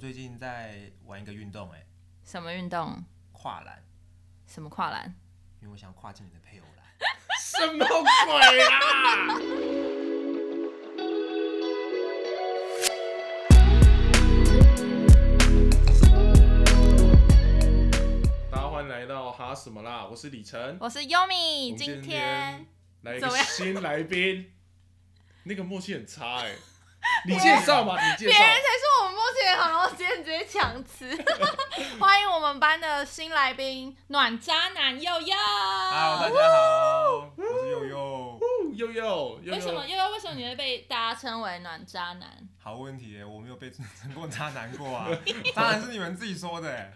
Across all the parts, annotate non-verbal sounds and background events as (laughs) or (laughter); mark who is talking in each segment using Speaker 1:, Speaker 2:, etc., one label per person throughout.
Speaker 1: 最近在玩一个运动、欸，哎，
Speaker 2: 什么运动？
Speaker 1: 跨栏，
Speaker 2: 什么跨栏？
Speaker 1: 因为我想跨进你的配偶
Speaker 2: (laughs)
Speaker 1: 栏。
Speaker 3: 什么鬼啊！大家欢迎来到哈什么啦，我是李晨。
Speaker 2: 我是
Speaker 3: 我
Speaker 2: Yumi，
Speaker 3: 们
Speaker 2: 今
Speaker 3: 天
Speaker 2: 天
Speaker 3: 来一
Speaker 2: 怎
Speaker 3: 个
Speaker 2: 么样
Speaker 3: 新来宾，那个默契很差哎、你介绍吧，你介
Speaker 2: 别
Speaker 3: 绍
Speaker 2: 人。才说我们目前好，我今天直接抢
Speaker 3: (laughs)
Speaker 2: 词。欢迎我们班的新来宾暖渣男佑佑。啊
Speaker 1: Hello，大家好，我是佑佑。
Speaker 3: 哦悠悠，悠悠
Speaker 2: 为什么？佑佑？为什么你会被大家称为暖渣男？
Speaker 1: 好问题、欸，我没有被称过渣男过
Speaker 2: (laughs)
Speaker 1: 啊，当然是你们自己说的、欸。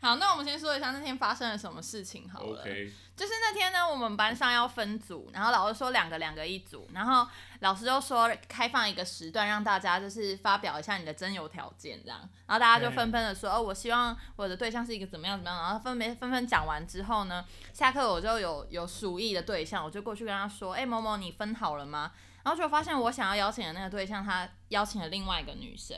Speaker 2: 好，那我们先说一下那天发生了什么事情好了。
Speaker 3: ？OK，
Speaker 2: 就是那天呢，我们班上要分组，然后老师说两个两个一组，然后老师就说哎开放一个时段让大家就是发表一下你的真有条件这样，然后大家就纷纷的说、哦，我希望我的对象是一个怎么样怎么样，然后分别纷纷讲完之后呢，下课我就有有鼠疫的对象，我就过去跟他说，哎、某某你分好了吗？然后就发现我想要邀请的那个对象，他邀请了另外一个女生，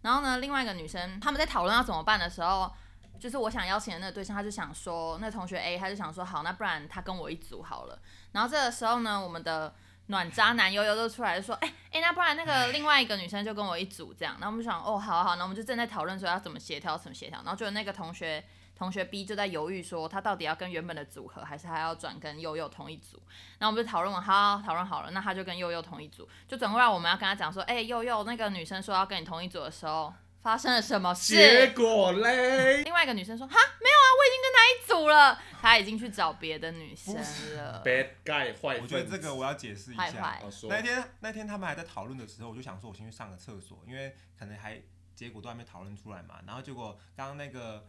Speaker 2: 然后呢，另外一个女生他们在讨论要怎么办的时候，就是我想邀请的那个对象，他就想说，那同学 A 他就想说，好，那不然他跟我一组好了。然后这个时候呢，我们的暖渣男悠悠就出来就说，哎、哎、那不然那个另外一个女生就跟我一组这样。然后我们就想，哦，好啊好啊，那我们就正在讨论说要怎么协调，怎么协调。然后就有那个同学。同学 B 就在犹豫说，他到底要跟原本的组合，还是他要转跟悠悠同一组？然后我们就讨论完，好，讨论好了，那他就跟悠悠同一组。就转过来，我们要跟他讲说，哎、悠悠，那个女生说要跟你同一组的时候，发生了什么事？
Speaker 3: 结果嘞，
Speaker 2: 另外一个女生说：“哈，没有啊，我已经跟他一组了，他已经去找别的女生了。
Speaker 3: bad guy 坏分子。
Speaker 1: 我觉得这个我要解释一
Speaker 2: 坏
Speaker 1: 下。
Speaker 2: 坏
Speaker 3: 好说
Speaker 1: 那天那天他们还在讨论的时候，我就想说，我先去上个厕所，因为可能还结果都还没讨论出来嘛。然后结果刚刚那个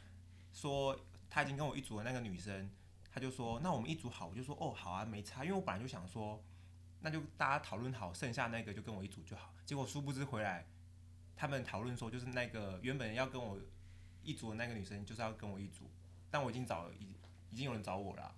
Speaker 1: 说他已经跟我一组的那个女生，她就说那我们一组好，我就说哦好啊，没差，因为我本来就想说那就大家讨论好，剩下那个就跟我一组就好。结果殊不知回来，他们讨论说就是那个原本要跟我一组的那个女生就是要跟我一组，但我已经找已已经有人找我了啊，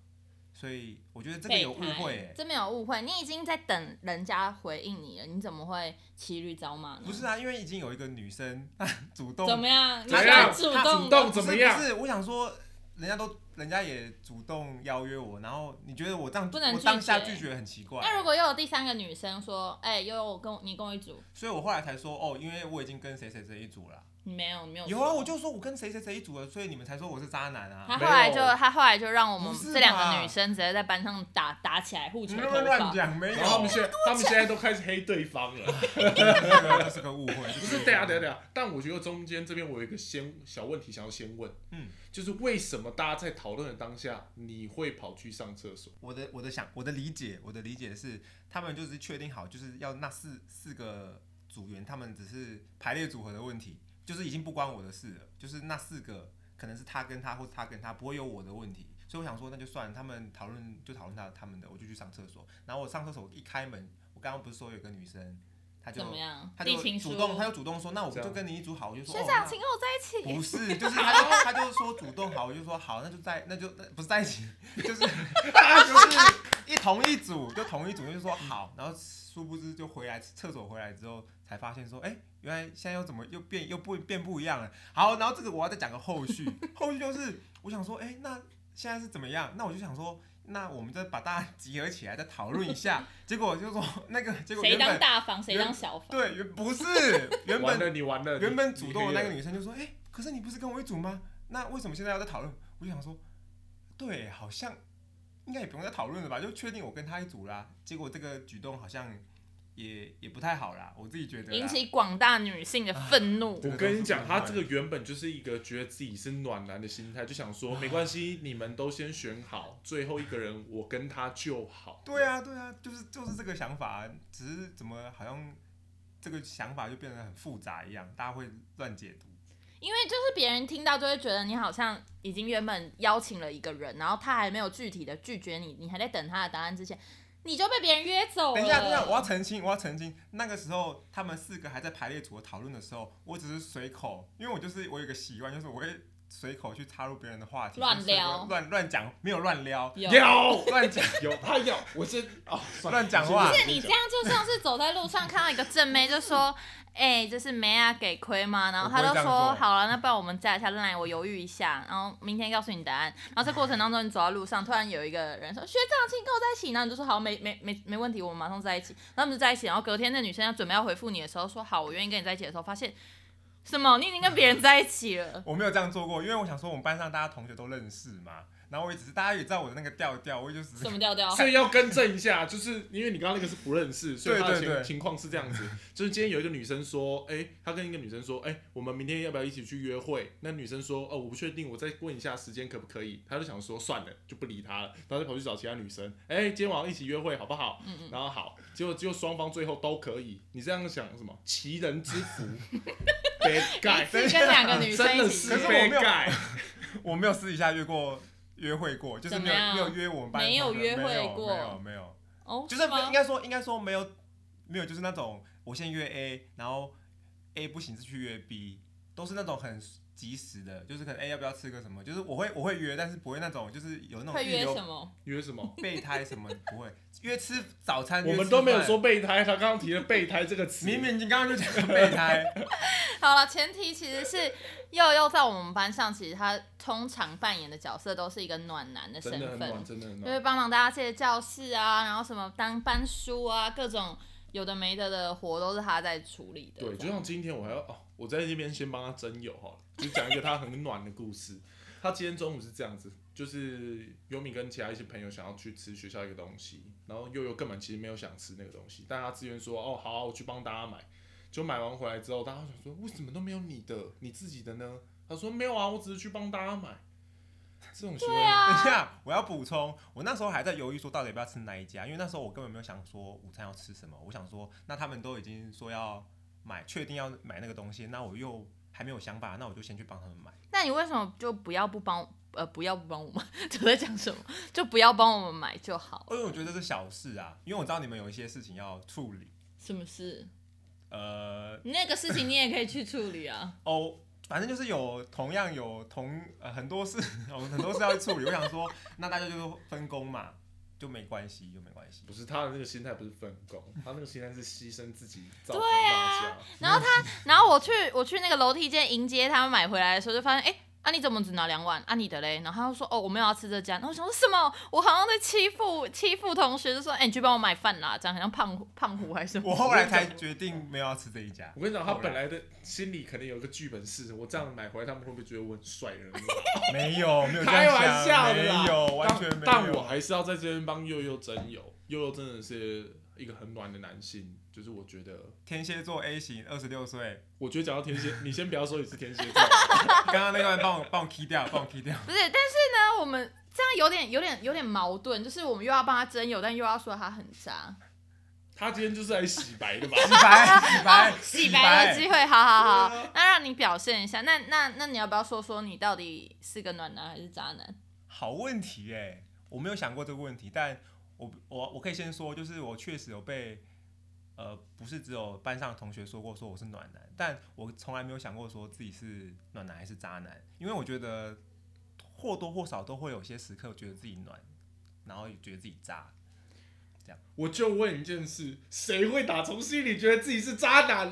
Speaker 1: 所以我觉得这个有误会、欸。
Speaker 2: 这没有误会，你已经在等人家回应你了，你怎么会骑驴找马呢？
Speaker 1: 不是啊，因为已经有一个女
Speaker 3: (laughs)
Speaker 1: 生主动，
Speaker 2: 怎么样？
Speaker 3: 怎么
Speaker 2: 你要
Speaker 3: 样？
Speaker 2: 主
Speaker 3: 他
Speaker 2: 动
Speaker 3: 主动怎么样
Speaker 1: 不？是，不是我想说，人家都人家也主动邀约我，然后你觉得我这样
Speaker 2: 不能
Speaker 1: 我
Speaker 2: 拒
Speaker 1: 当下
Speaker 2: 绝
Speaker 1: 拒绝很奇怪，
Speaker 2: 那如果又有第三个女生说：“哎、又有我跟我你跟我一组，
Speaker 1: 所以我后来才说哦，因为我已经跟谁谁谁一组了。
Speaker 2: 你没有，你没有。”
Speaker 1: 有啊，我就说我跟谁谁谁一组了，所以你们才说我是渣男啊。
Speaker 2: 他后来就
Speaker 3: 没有
Speaker 2: 他后来就让我们
Speaker 1: 不是吧
Speaker 2: 这两个女生直接在班上打打起来，互
Speaker 1: 你
Speaker 2: 扯
Speaker 1: 不
Speaker 2: 头
Speaker 1: 能乱
Speaker 2: 发。
Speaker 1: 讲，没有，
Speaker 3: 然后他们现在他们现在都开始黑对方了。
Speaker 1: (laughs) 这个这是个误会，不
Speaker 3: 不是，啊等一下等一下等一下，但我觉得中间这边我有一个先小问题想要先问，
Speaker 1: 嗯，
Speaker 3: 就是为什么大家在讨论的当下，你会跑去上厕所？
Speaker 1: 我的我的想我的理解，我的理解是，他们就是确定好，就是要那四四个组员，他们只是排列组合的问题，就是已经不关我的事了。就是那四个可能是他跟他或是他跟他，不会有我的问题。所以我想说，那就算了，他们讨论就讨论他他们的，我就去上厕所。然后我上厕所一开门，我刚刚不是说有个女生，她就
Speaker 2: 怎么样？
Speaker 1: 她
Speaker 2: 递
Speaker 1: 就
Speaker 2: 情书
Speaker 1: 主。动，她就主动说，那我
Speaker 3: 这
Speaker 1: 就
Speaker 3: 样
Speaker 1: 跟你一组好，我就说
Speaker 2: 学
Speaker 1: 哦
Speaker 2: 长，
Speaker 1: 那
Speaker 2: 请跟我在一起。
Speaker 1: 不是，就是他就他就说主动好，我就说好，那就在那就那不是在一起，就是 (laughs) 就是一同一组就同一组，就说
Speaker 2: 嗯
Speaker 1: 好，然后殊不知就回来厕所回来之后才发现说，哎、原来现在又怎么又变又不变不一样了。好，然后这个我要再讲个后续，后续就是我想说，哎、那现在是怎么样？那我就想说。那我们再把大家集合起来，再讨论一下。结果就说那个，结果
Speaker 2: 谁
Speaker 1: 原
Speaker 2: 当
Speaker 1: 本
Speaker 2: 大房，谁
Speaker 1: 原
Speaker 2: 当小房？
Speaker 1: 对原不是原本
Speaker 3: 完了，你完了，
Speaker 1: 原本
Speaker 3: 你
Speaker 1: 主动的
Speaker 3: 你
Speaker 1: 那
Speaker 3: 黑
Speaker 1: 个
Speaker 3: 了
Speaker 1: 女呃生就说：“哎、可是你不是跟我一组吗？那为什么现在要在讨论？”我就想说，对，好像应该也不用再讨论了吧，就确定我跟他一组啦。结果这个举动好像也也不太好啦，我自己觉得啦。
Speaker 2: 引起广大女性的愤怒。
Speaker 3: 我跟你讲，他这个原本就是一个觉得自己是暖男的心态，就想说没关系，你们都先选好，最后一个人我跟他就好。
Speaker 1: 对，啊，对啊，就是就是这个想法，只是怎么好像这个想法就变得很复杂一样，大家会乱解读。
Speaker 2: 因为就是别人听到就会觉得你好像已经原本邀请了一个人，然后他还没有具体的拒绝你，你还在等他的答案之前，你就被别人约走了。
Speaker 1: 等一下，等一下，我要澄清，我要澄清。那个时候他们四个还在排列组合讨论的时候，我只是随口，因为我就是我有一个习惯，就是我会随口去插入别人的话题，
Speaker 2: 乱撩
Speaker 1: 就随便乱乱讲，没有乱撩，
Speaker 2: 有
Speaker 3: 有
Speaker 1: 乱讲
Speaker 3: 有他有，我是哦算了
Speaker 1: 乱讲话
Speaker 3: 我
Speaker 2: 不
Speaker 3: 是
Speaker 2: 是你这样就像是走在路上看到一个正妹就说，哎、这是梅啊给亏吗？然后他
Speaker 1: 我不会
Speaker 2: 就
Speaker 1: 这样
Speaker 2: 说
Speaker 1: 做
Speaker 2: 好了，那不然我们加一下 line，我犹豫一下，然后明天告诉你答案。然后这过程当中，你走在路上，突然有一个人说学长，请跟我在一起，然后你就说好，没没没没问题，我们马上在一起。然后他们就在一起，然后隔天那女生要准备要回复你的时候说好，我愿意跟你在一起的时候，发现什么？你已经跟别人在一起了。
Speaker 1: 我没有这样做过，因为我想说我们班上大家同学都认识嘛，然后我也只是大家也知道我的那个调调，我也就只是
Speaker 2: 什么调调？
Speaker 3: 所以要更正一下， (laughs) 就是因为你刚刚那个是不认识，所以他的
Speaker 1: 对对
Speaker 3: 情
Speaker 1: 对
Speaker 3: 情况是这样子，就是今天有一个女生说，哎、她跟一个女生说，哎、我们明天要不要一起去约会？那女生说，哦，我不确定，我再问一下时间可不可以？他就想说，算了，就不理她了，然后就跑去找其他女生，哎、今天晚上一起约会好不好？
Speaker 2: 嗯嗯，
Speaker 3: 然后好，结果结果双方最后都可以，你这样想什么？奇人之
Speaker 1: (laughs)
Speaker 3: 福，别
Speaker 2: 一
Speaker 3: 盖，
Speaker 2: 次跟两个女生
Speaker 3: 真
Speaker 2: 一
Speaker 3: 的
Speaker 2: 起
Speaker 3: 是
Speaker 1: 可是我
Speaker 3: 被
Speaker 1: 没有
Speaker 3: 盖，
Speaker 1: (laughs) (laughs) 我没有私底下约过约会过，就是没
Speaker 2: 怎么
Speaker 1: 有
Speaker 2: 样
Speaker 1: 没有约我们班的
Speaker 2: 没有
Speaker 1: 同学
Speaker 2: 约会
Speaker 1: 没有
Speaker 2: 过
Speaker 1: 没有没有，
Speaker 2: 哦，
Speaker 1: 就是
Speaker 2: 吗
Speaker 1: 应该说应该说没有没有，就是那种我先约 A，然后 A 不行就去约 B，都是那种很及时的，就是可能 A 要不要吃个什么，就是我会我会约，但是不会那种就是有那种
Speaker 2: 会
Speaker 1: 预
Speaker 2: 约
Speaker 1: 留
Speaker 2: 什么？
Speaker 3: 约什么？
Speaker 1: 备胎什么 (laughs) 不会约吃早餐，
Speaker 3: 我
Speaker 1: 约
Speaker 3: 们
Speaker 1: 吃
Speaker 3: 都没有
Speaker 1: 饭
Speaker 3: 说，备胎，他刚刚提了备胎这个词，
Speaker 1: 明明你刚刚就讲备胎， (laughs)
Speaker 2: 好了，前提其实是佑佑在我们班上，其实他通常扮演的角色都是一个暖男的身
Speaker 3: 真的很暖，
Speaker 2: 份，
Speaker 3: 真的很
Speaker 2: 就
Speaker 3: 暖。
Speaker 2: 是帮忙大家借教室啊，然后什么当班书啊，各种有的没的的活都是他在处理的。
Speaker 3: 对，
Speaker 2: 这
Speaker 3: 就
Speaker 2: 样
Speaker 3: 像今天我还要哦，我在这边先帮他征友哈，就讲一个他很暖的故事。他今天中午是这样子，就是优米跟其他一些朋友想要去吃学校一个东西，然后悠悠根本其实没有想吃那个东西，但他自愿说哦好啊、我去帮大家买。就买完回来之后，大家想说为什么都没有你的，你自己的呢？他说没有啊，我只是去帮大家买。这种行为，
Speaker 2: 啊
Speaker 1: 等
Speaker 3: (laughs)
Speaker 1: 一下，我要补充，我那时候还在犹豫说到底要不要吃哪一家，因为那时候我根本没有想说午餐要吃什么，我想说那他们都已经说要买，确定要买那个东西，那我又还没有想法，那我就先去帮他们买。
Speaker 2: 那你为什么就不要不帮呃不要不帮我们？就在讲什么？就不要帮我们买就好，
Speaker 3: 呃
Speaker 1: 因为我觉得这是小事啊，因为我知道你们有一些事情要处理，
Speaker 2: 是不是？
Speaker 1: 呃，
Speaker 2: 那个事情你也可以去处理啊。
Speaker 1: 哦，反正就是有同样有同呃很多事， (laughs) 我们很多事要处理。我想说，那大家就分工嘛，就没关系，就没关系
Speaker 3: 不。是他的那个心态不是分工，他那个心态是牺牲自己造福
Speaker 2: 对啊
Speaker 3: 大家。
Speaker 2: 然后他，然后我去我去那个楼梯间迎接他们买回来的时候，就发现，哎、啊你怎么只拿两碗？啊你的嘞？然后他就说，哦我没有要吃这家。然后我想说什么？我好像在欺负欺负同学，就说，哎、你去帮我买饭啦，这样好像胖虎胖虎还是什么？
Speaker 1: 我后来才决定没有要吃这一家。
Speaker 3: 我跟你讲，他
Speaker 1: 后
Speaker 3: 本来的心里可能有一个剧本是，我这样买回来，他们会不会觉得我很帅人？
Speaker 1: 没有，没有这样想
Speaker 3: 开玩笑的啦，
Speaker 1: 没有，完全没有。
Speaker 3: 但但我还是要在这边帮佑佑真友，佑佑真的是一个很暖的男性，就是我觉得，
Speaker 1: 天蝎座 A 型，二十六岁。
Speaker 3: 我觉得讲到天蝎，你先不要说你是天蝎座，
Speaker 1: 刚刚那段帮我帮我 key 掉，帮我 key 掉。
Speaker 2: 不是，但是呢，我们这样有点有点有点矛盾，就是我们又要帮他真友，但又要说他很渣。
Speaker 3: 他今天就是来洗白的吧？
Speaker 1: 洗白，洗白，
Speaker 2: 洗白的机会，好好好，
Speaker 3: 对啊
Speaker 2: 那让你表现一下。那那那你要不要说说你到底是个暖男还是渣男？
Speaker 1: 好问题哎、我没有想过这个问题，但我我我可以先说，就是我确实有被呃，不是只有班上同学说过说我是暖男，但我从来没有想过说自己是暖男还是渣男，因为我觉得或多或少都会有些时刻觉得自己暖，然后也觉得自己渣。
Speaker 3: 我就问一件事，谁会打从心里觉得自己是渣男？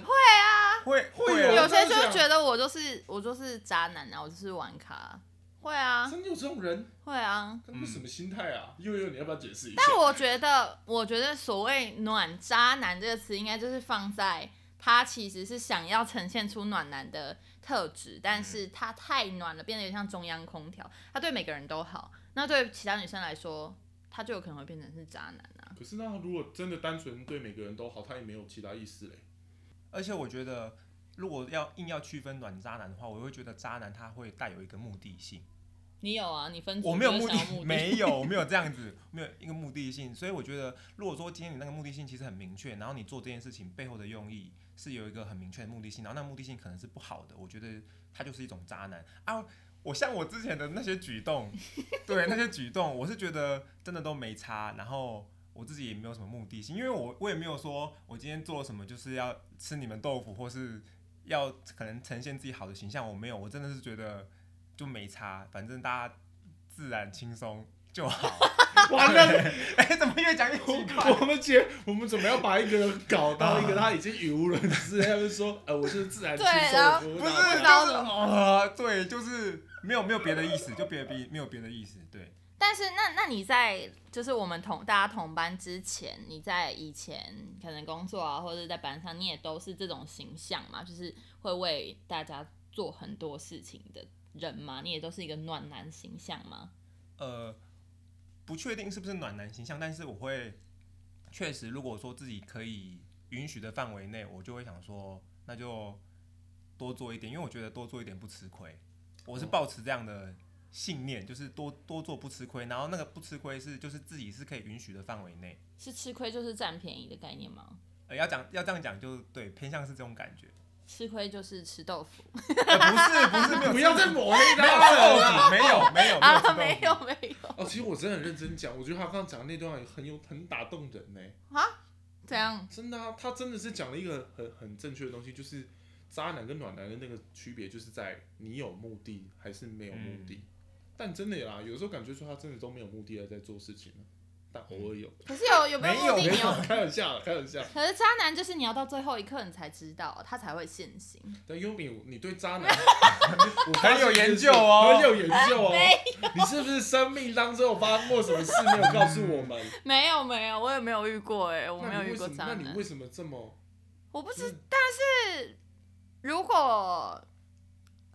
Speaker 1: 会
Speaker 3: 会
Speaker 1: 啊
Speaker 3: 有
Speaker 2: 有些
Speaker 3: 真
Speaker 2: 就
Speaker 3: 的假的
Speaker 2: 觉得我就是我就是渣男啊，我就是玩咖，会啊
Speaker 3: 真的有这种人？
Speaker 2: 会啊。
Speaker 3: 他们什么心态啊？佑佑，你要不要解释一下？
Speaker 2: 但我觉得，我觉得所谓“暖渣男”这个词，应该就是放在他其实是想要呈现出暖男的特质，但是他太暖了，变得有点像中央空调，他对每个人都好，那对其他女生来说，他就有可能会变成是渣男啊。
Speaker 3: 可是那如果真的单纯对每个人都好，他也没有其他意思嘞。
Speaker 1: 而且我觉得，如果要硬要区分暖渣男的话，我会觉得渣男他会带有一个目的性。
Speaker 2: 你有啊？你分
Speaker 1: 我没有
Speaker 2: 目
Speaker 1: 目的，
Speaker 2: 目
Speaker 1: 没有，我没有这样子，没有一个目的性。所以我觉得，如果说今天你那个目的性其实很明确，然后你做这件事情背后的用意是有一个很明确的目的性，然后那目的性可能是不好的，我觉得他就是一种渣男啊。我像我之前的那些举动， (laughs) 对那些举动，我是觉得真的都没差，然后我自己也没有什么目的性，因为我我也没有说我今天做了什么就是要吃你们豆腐，或是要可能呈现自己好的形象，我没有，我真的是觉得就没差，反正大家自然轻松就好。
Speaker 2: (laughs)
Speaker 3: 完了，
Speaker 1: 哎、怎么越讲越奇怪？
Speaker 3: (laughs) 我们姐，我们怎么要把一个人搞到一个他已经语无伦次，他就说，呃，我就是自然
Speaker 2: 对
Speaker 3: 轻松
Speaker 2: 然后
Speaker 3: 的服务
Speaker 1: 不是，
Speaker 3: 大
Speaker 1: 就
Speaker 3: 家
Speaker 1: 是
Speaker 2: 知道了
Speaker 1: 呃，对，就是没有没有别的意思，就别别没有别的意思，对。
Speaker 2: 但是那那你在就是我们同大家同班之前，你在以前可能工作啊，或者在班上，你也都是这种形象嘛，就是会为大家做很多事情的人嘛，你也都是一个暖男形象嘛。
Speaker 1: 呃，不确定是不是暖男形象，但是我会确实，如果说自己可以允许的范围内，我就会想说，那就多做一点，因为我觉得多做一点不吃亏。我是
Speaker 2: 嗯
Speaker 3: 哦
Speaker 1: 抱持这样的信念，就是多多做不吃亏，然后那个不吃亏是就是自己是可以允许的范围内。
Speaker 2: 是吃亏就是占便宜的概念吗？
Speaker 1: 呃，要讲要这样讲，就对，偏向是这种感觉。
Speaker 2: 吃亏就是吃豆腐
Speaker 1: 呃、不是不是没有
Speaker 3: 不要再抹黑
Speaker 1: 没有
Speaker 3: 他了。
Speaker 1: 没有没有
Speaker 2: 啊，
Speaker 1: 没
Speaker 2: 没
Speaker 1: 有吃豆腐
Speaker 2: 有没有
Speaker 3: 哦，其实我真的很认真讲，我觉得他刚刚讲的那段很有很打动人呢、
Speaker 2: 啊，这样
Speaker 3: 真的啊，他真的是讲了一个很很正确的东西，就是渣男跟暖男的那个区别，就是在你有目的还是没有目的。但真的啦，有时候感觉说他真的都没有目的的在做事情了，但偶尔有。
Speaker 2: 可是有有没
Speaker 1: 没有
Speaker 2: 有目的？
Speaker 1: 没
Speaker 2: 你
Speaker 1: 有
Speaker 2: 有
Speaker 3: (laughs) 开玩笑，开玩笑。
Speaker 2: 可是渣男就是你要到最后一刻你才知道，他才会现行。
Speaker 3: 但优米，你
Speaker 1: (laughs)
Speaker 3: 对渣男我发现
Speaker 1: 很有
Speaker 3: 一件
Speaker 1: 研
Speaker 3: 事
Speaker 1: 究哦
Speaker 3: 很有研究哦
Speaker 2: 没。
Speaker 3: 你是不是生命当中有发生过什么事没有告诉我们？
Speaker 2: 没有没有，我也没有遇过哎、 (laughs) 我没
Speaker 3: 那
Speaker 2: 有
Speaker 3: 你为
Speaker 2: 遇
Speaker 3: 什
Speaker 2: 过
Speaker 3: 么？
Speaker 2: 渣
Speaker 3: 那
Speaker 2: 男
Speaker 3: 你。为什么这么？
Speaker 2: 我不知
Speaker 3: 嗯，
Speaker 2: 但是如果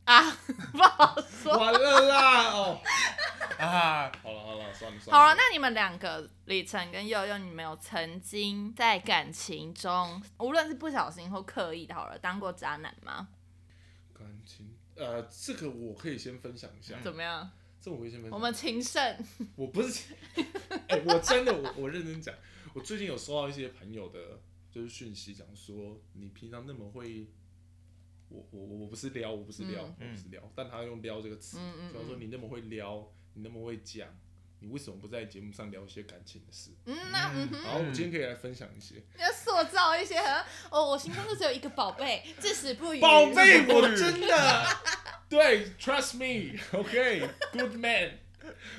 Speaker 2: 啊，不好说。
Speaker 3: 完了啦！哦，
Speaker 1: 啊，
Speaker 3: 好了好了，算了算了。
Speaker 2: 好了，那你们两个李晨跟佑佑，你们有曾经在感情中，无论是不小心或刻意的，好了，当过渣男吗？
Speaker 3: 感情，呃，这个我可以先分享一下，
Speaker 2: 怎么样？
Speaker 3: 这我可以先分享。
Speaker 2: 嗯我们情圣，
Speaker 3: 我不是， (laughs) 哎、我真的，我我认真讲，我最近有收到一些朋友的，就是讯息，讲说你平常那么会，我我我不是撩，我不是撩，
Speaker 2: 嗯
Speaker 3: 我不是撩，但他用撩这个词，
Speaker 2: 嗯嗯
Speaker 3: 他说你那么会撩，你那么会讲，你为什么不在节目上聊一些感情的事？
Speaker 2: 嗯， (laughs) 那嗯哼，
Speaker 3: 然后我今天可以来分享一些，
Speaker 2: 要塑造一些好像哦，我心中就只有一个宝贝，至死不渝。
Speaker 3: 宝贝，
Speaker 1: 不
Speaker 3: 我
Speaker 2: 嗯
Speaker 1: 语
Speaker 3: 真的
Speaker 1: 嗯
Speaker 3: 对，trust me，OK，good、man。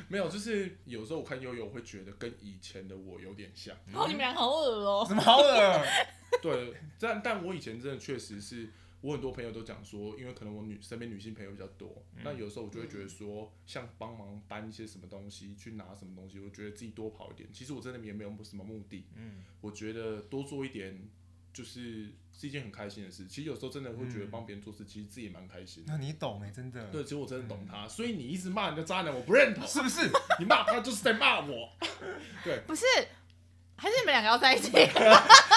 Speaker 3: 没有，就是有时候我看悠悠，我会觉得跟以前的我有点像。
Speaker 2: (laughs) 哦，你们俩好恶哦、
Speaker 1: 怎么好恶？
Speaker 3: 对，但但我以前真的确实是我很多朋友都讲说，因为可能我女身边女性朋友比较多，
Speaker 1: 嗯
Speaker 3: 那有时候我就会觉得说，像帮忙搬一些什么东西，去拿什么东西，我觉得自己多跑一点。其实我真的也没有什么目的，
Speaker 1: 嗯，
Speaker 3: 我觉得多做一点就是是一件很开心的事。其实有时候真的会觉得
Speaker 1: 嗯
Speaker 3: 帮别人做事，其实自己也蛮开心的。
Speaker 1: 那嗯你懂哎、真的，
Speaker 3: 对，其实我真的懂他，所以你一直骂人家渣男，我不认同。
Speaker 1: 是不是？
Speaker 3: 你骂他就是在骂我。对，
Speaker 2: 不是，还是你们两个要在一起？ (laughs)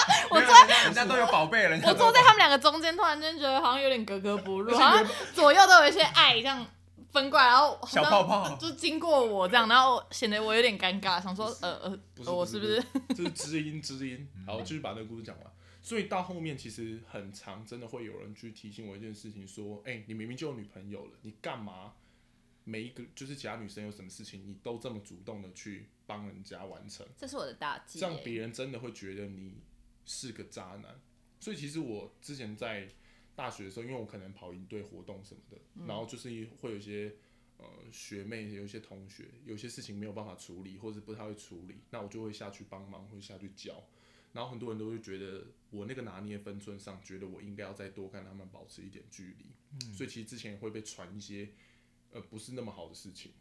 Speaker 2: (laughs) 我
Speaker 1: 没
Speaker 2: 坐
Speaker 1: 有人家人家都有宝贝了，人家
Speaker 2: 我
Speaker 1: 都有
Speaker 2: 坐在他们两个中间，突然间觉得好像有点格格不入，
Speaker 3: 而且
Speaker 2: 好
Speaker 3: 你
Speaker 2: 像左右都有一些爱这样分过来，然后好像
Speaker 1: 小泡泡
Speaker 2: 就经过我这样，然后显得我有点尴尬，想说呃呃
Speaker 3: 不，是
Speaker 2: 呃我
Speaker 3: 不是
Speaker 2: 不是？
Speaker 3: 这是知音知音。好，我继续把那个故事讲完。所以到后面其实很长，真的会有人去提醒我一件事情，说：“哎、你明明就有女朋友了，你干嘛每一个就是其他女生有什么事情，你都这么主动的去帮人家完成？”
Speaker 2: 这是我的大忌欸
Speaker 3: 这样
Speaker 2: 耶。
Speaker 3: 别人真的会觉得你是个渣男。所以其实我之前在大学的时候，因为我可能跑营队活动什么的，然后就是会有一些呃学妹、有一些同学，有些事情没有办法处理，或者不太会处理，那我就会下去帮忙，会下去教。然后很多人都会觉得我那个拿捏分寸上，觉得我应该要再多跟他们保持一点距离，所以其实之前也会被传一些呃不是那么好的事情。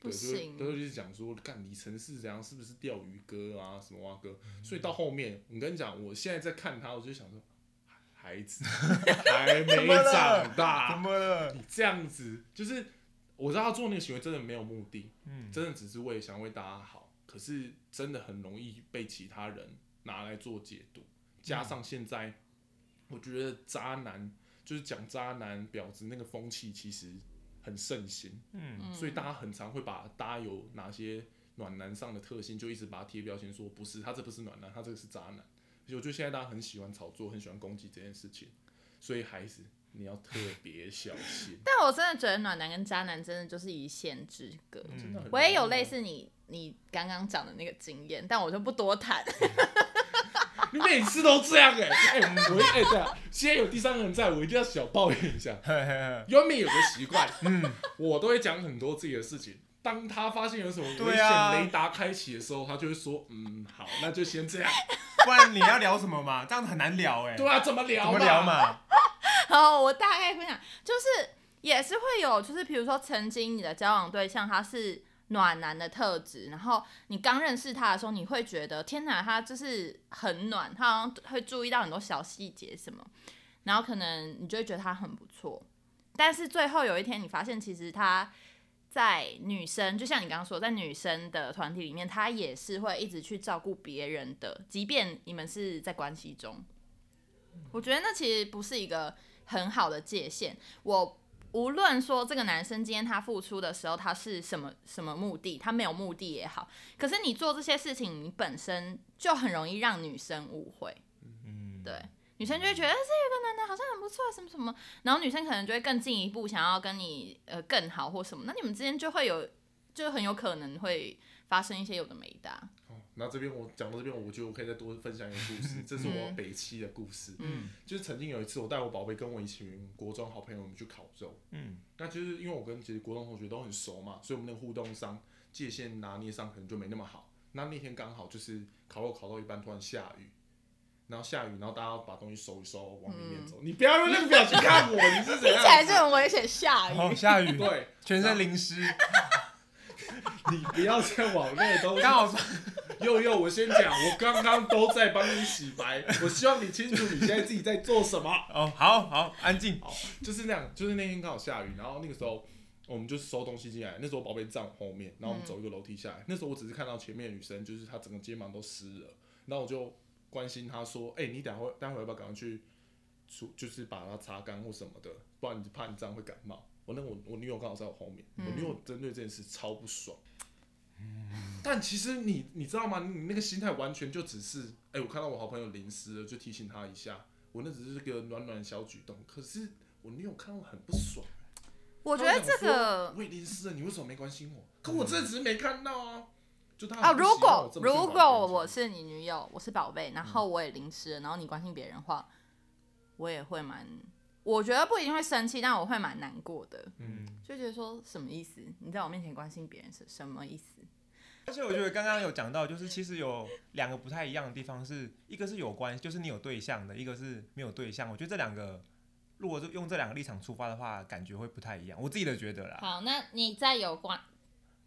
Speaker 2: 不
Speaker 3: 对，就是
Speaker 2: 行
Speaker 3: 都就是讲说，干李晨是怎样，是不是钓鱼哥啊，什么啊哥？所以到后面，我跟你讲，我现在在看他，我就想说，孩子
Speaker 1: (laughs)
Speaker 3: 还没长
Speaker 1: 怎
Speaker 3: 大，
Speaker 1: 么了？
Speaker 3: 你这样子，就是我知道他做那个行为真的没有目的，
Speaker 1: 嗯
Speaker 3: 真的只是为想为大家好，可是真的很容易被其他人拿来做解读，加
Speaker 1: 嗯
Speaker 3: 上现在，我觉得渣男就是讲渣男婊子那个风气其实很盛行。
Speaker 1: 嗯，
Speaker 2: 嗯。
Speaker 3: 所以大家很常会把大家有哪些暖男上的特性，就一直把它贴标签，说不是他这不是暖男，他这个是渣男。而且我觉得现在大家很喜欢炒作，很喜欢攻击这件事情，所以孩子你要特别小心
Speaker 2: 但我真的觉得暖男跟渣男真的就是一线之隔。
Speaker 3: 真的很
Speaker 2: 我也有类似你你刚刚讲的那个经验，但我就不多谈。
Speaker 3: 你每次都这样哎、哎、我们我哎、对啊，现在有第三个人在，我一定要小抱怨一下。
Speaker 1: 嘿嘿
Speaker 3: Yomi 有个
Speaker 1: (laughs)
Speaker 3: 习惯，嗯，我都会讲很多自己的事情。当他发现有什么危
Speaker 1: 对
Speaker 3: 险
Speaker 1: 啊
Speaker 3: 雷达开启的时候，他就会说：“嗯，好，那就先这样。
Speaker 1: 不然你要聊什么嘛？这样子很难聊哎、”
Speaker 3: 对啊，怎么聊
Speaker 1: 怎
Speaker 3: 嘛？
Speaker 1: 么聊？嘛？
Speaker 2: 好，我大概分享，就是也是会有，就是比如说曾经你的交往对象他是暖男的特质，然后你刚认识他的时候，你会觉得天哪，他就是很暖，他好像会注意到很多小细节什么，然后可能你就会觉得他很不错，但是最后有一天你发现其实他。在女生，就像你刚刚说，在女生的团体里面，他也是会一直去照顾别人的，即便你们是在关系中。我觉得那其实不是一个很好的界限。我无论说这个男生今天他付出的时候，他是什么什么目的，他没有目的也好，可是你做这些事情，你本身就很容易让女生误会。
Speaker 1: 嗯，
Speaker 2: (laughs) 对，女生就会觉得哎这个男的好像很不错，什么什么，然后女生可能就会更进一步想要跟你呃更好或什么，那你们之间就会有，就很有可能会发生一些有的没的啊。
Speaker 3: 哦那这边我讲到这边，我觉得我可以再多分享一个故事，这是我北七的故事。
Speaker 2: 嗯，
Speaker 3: 就是曾经有一次，我带我宝贝跟我一群国中好朋友我们去烤肉，
Speaker 1: 嗯，
Speaker 3: 那就是因为我跟其实国中同学都很熟嘛，所以我们那个互动上界限拿捏上可能就没那么好。那那天刚好就是烤肉烤到一半，突然下雨，然后下雨，然后大家把东西收一收，往里面走。你不要用那个表情看我，嗯 (laughs) 你是怎
Speaker 2: 听起来
Speaker 3: 样
Speaker 2: 就？很危险，下雨。
Speaker 1: 哦，下雨，
Speaker 3: 对，
Speaker 1: 全身淋湿，
Speaker 3: 你不要再往那个东西
Speaker 1: 刚好说
Speaker 3: 佑佑，我先讲，我刚刚都在帮你洗白，我希望你清楚你现在自己在做什么。
Speaker 1: 哦，好好安静，
Speaker 3: 好，就是那样，就是那天刚好下雨，然后那个时候我们就收东西进来，那时候宝贝站我后面，然后我们走一个楼梯下来，那时候我只是看到前面的女生，就是她整个肩膀都湿了，然后我就关心她说，哎、你等下会待会要不要赶快去除，就是把它擦干或什么的，不然你怕你这样会感冒。我那个我我女友刚好在我后面，我女友针对这件事超不爽。但其实你你知道吗？你你那个心态完全就只是，哎、我看到我好朋友淋湿了，就提醒她一下。我那只是个暖暖的小举动，可是我女友看到很不爽。
Speaker 2: 我觉得这个
Speaker 3: 我也淋湿了，你为什么没关心我？可我真的只是没看到啊。就她
Speaker 2: 啊，
Speaker 3: 很不
Speaker 2: 如
Speaker 3: 喜欢
Speaker 2: 果
Speaker 3: 我这么
Speaker 2: 如
Speaker 3: 去把
Speaker 2: 果
Speaker 3: 别人
Speaker 2: 我
Speaker 3: 讲
Speaker 2: 是你女友，我是宝贝，然
Speaker 3: 嗯
Speaker 2: 后我也淋湿了，然后你关心别人的话，我也会蛮，我觉得不一定会生气，但我会蛮难过的，
Speaker 1: 嗯。
Speaker 2: 就觉得说什么意思？你在我面前关心别人是什么意思？
Speaker 1: 而且我觉得刚刚有讲到，就是其实有两个不太一样的地方是，一个是有关系，就是你有对象的，一个是没有对象。我觉得这两个，如果是用这两个立场出发的话，感觉会不太一样。我自己的觉得啦，
Speaker 2: 好，那你在有关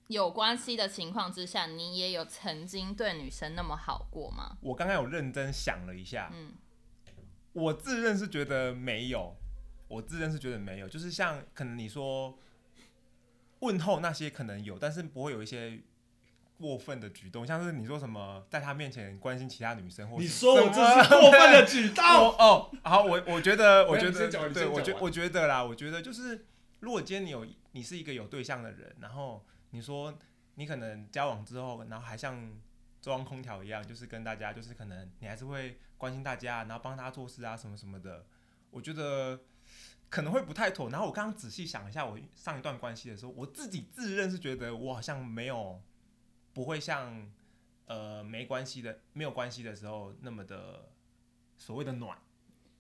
Speaker 2: 有关系的情况之下，你也有曾经对女生那么好过吗？
Speaker 1: 我刚刚有认真想了一下，
Speaker 2: 嗯
Speaker 1: 我自认是觉得没有，我自认是觉得没有，就是像可能你说问候那些可能有，但是不会有一些过分的举动，像是你说什么在他面前关心其他女生，或
Speaker 3: 你
Speaker 1: 是
Speaker 3: 说我
Speaker 1: 什
Speaker 3: 这
Speaker 1: 么
Speaker 3: 是过分的举动。
Speaker 1: 哦哦，好，我我觉得，
Speaker 3: 没有
Speaker 1: (laughs) 我觉
Speaker 3: 你先
Speaker 1: 得，
Speaker 3: 讲完你
Speaker 1: 对，
Speaker 3: 先
Speaker 1: 我
Speaker 3: 讲
Speaker 1: 觉
Speaker 3: 完
Speaker 1: 我觉得啦，我觉得就是，如果今天你有你是一个有对象的人，然后你说你可能交往之后，然后还像中央空调一样，就是跟大家，就是可能你还是会关心大家，然后帮他做事啊，什么什么的，我觉得可能会不太妥。然后我刚刚仔细想一下，我上一段关系的时候，我自己自认是觉得我好像没有不会像呃没关系的没有关系的时候那么的所谓的暖。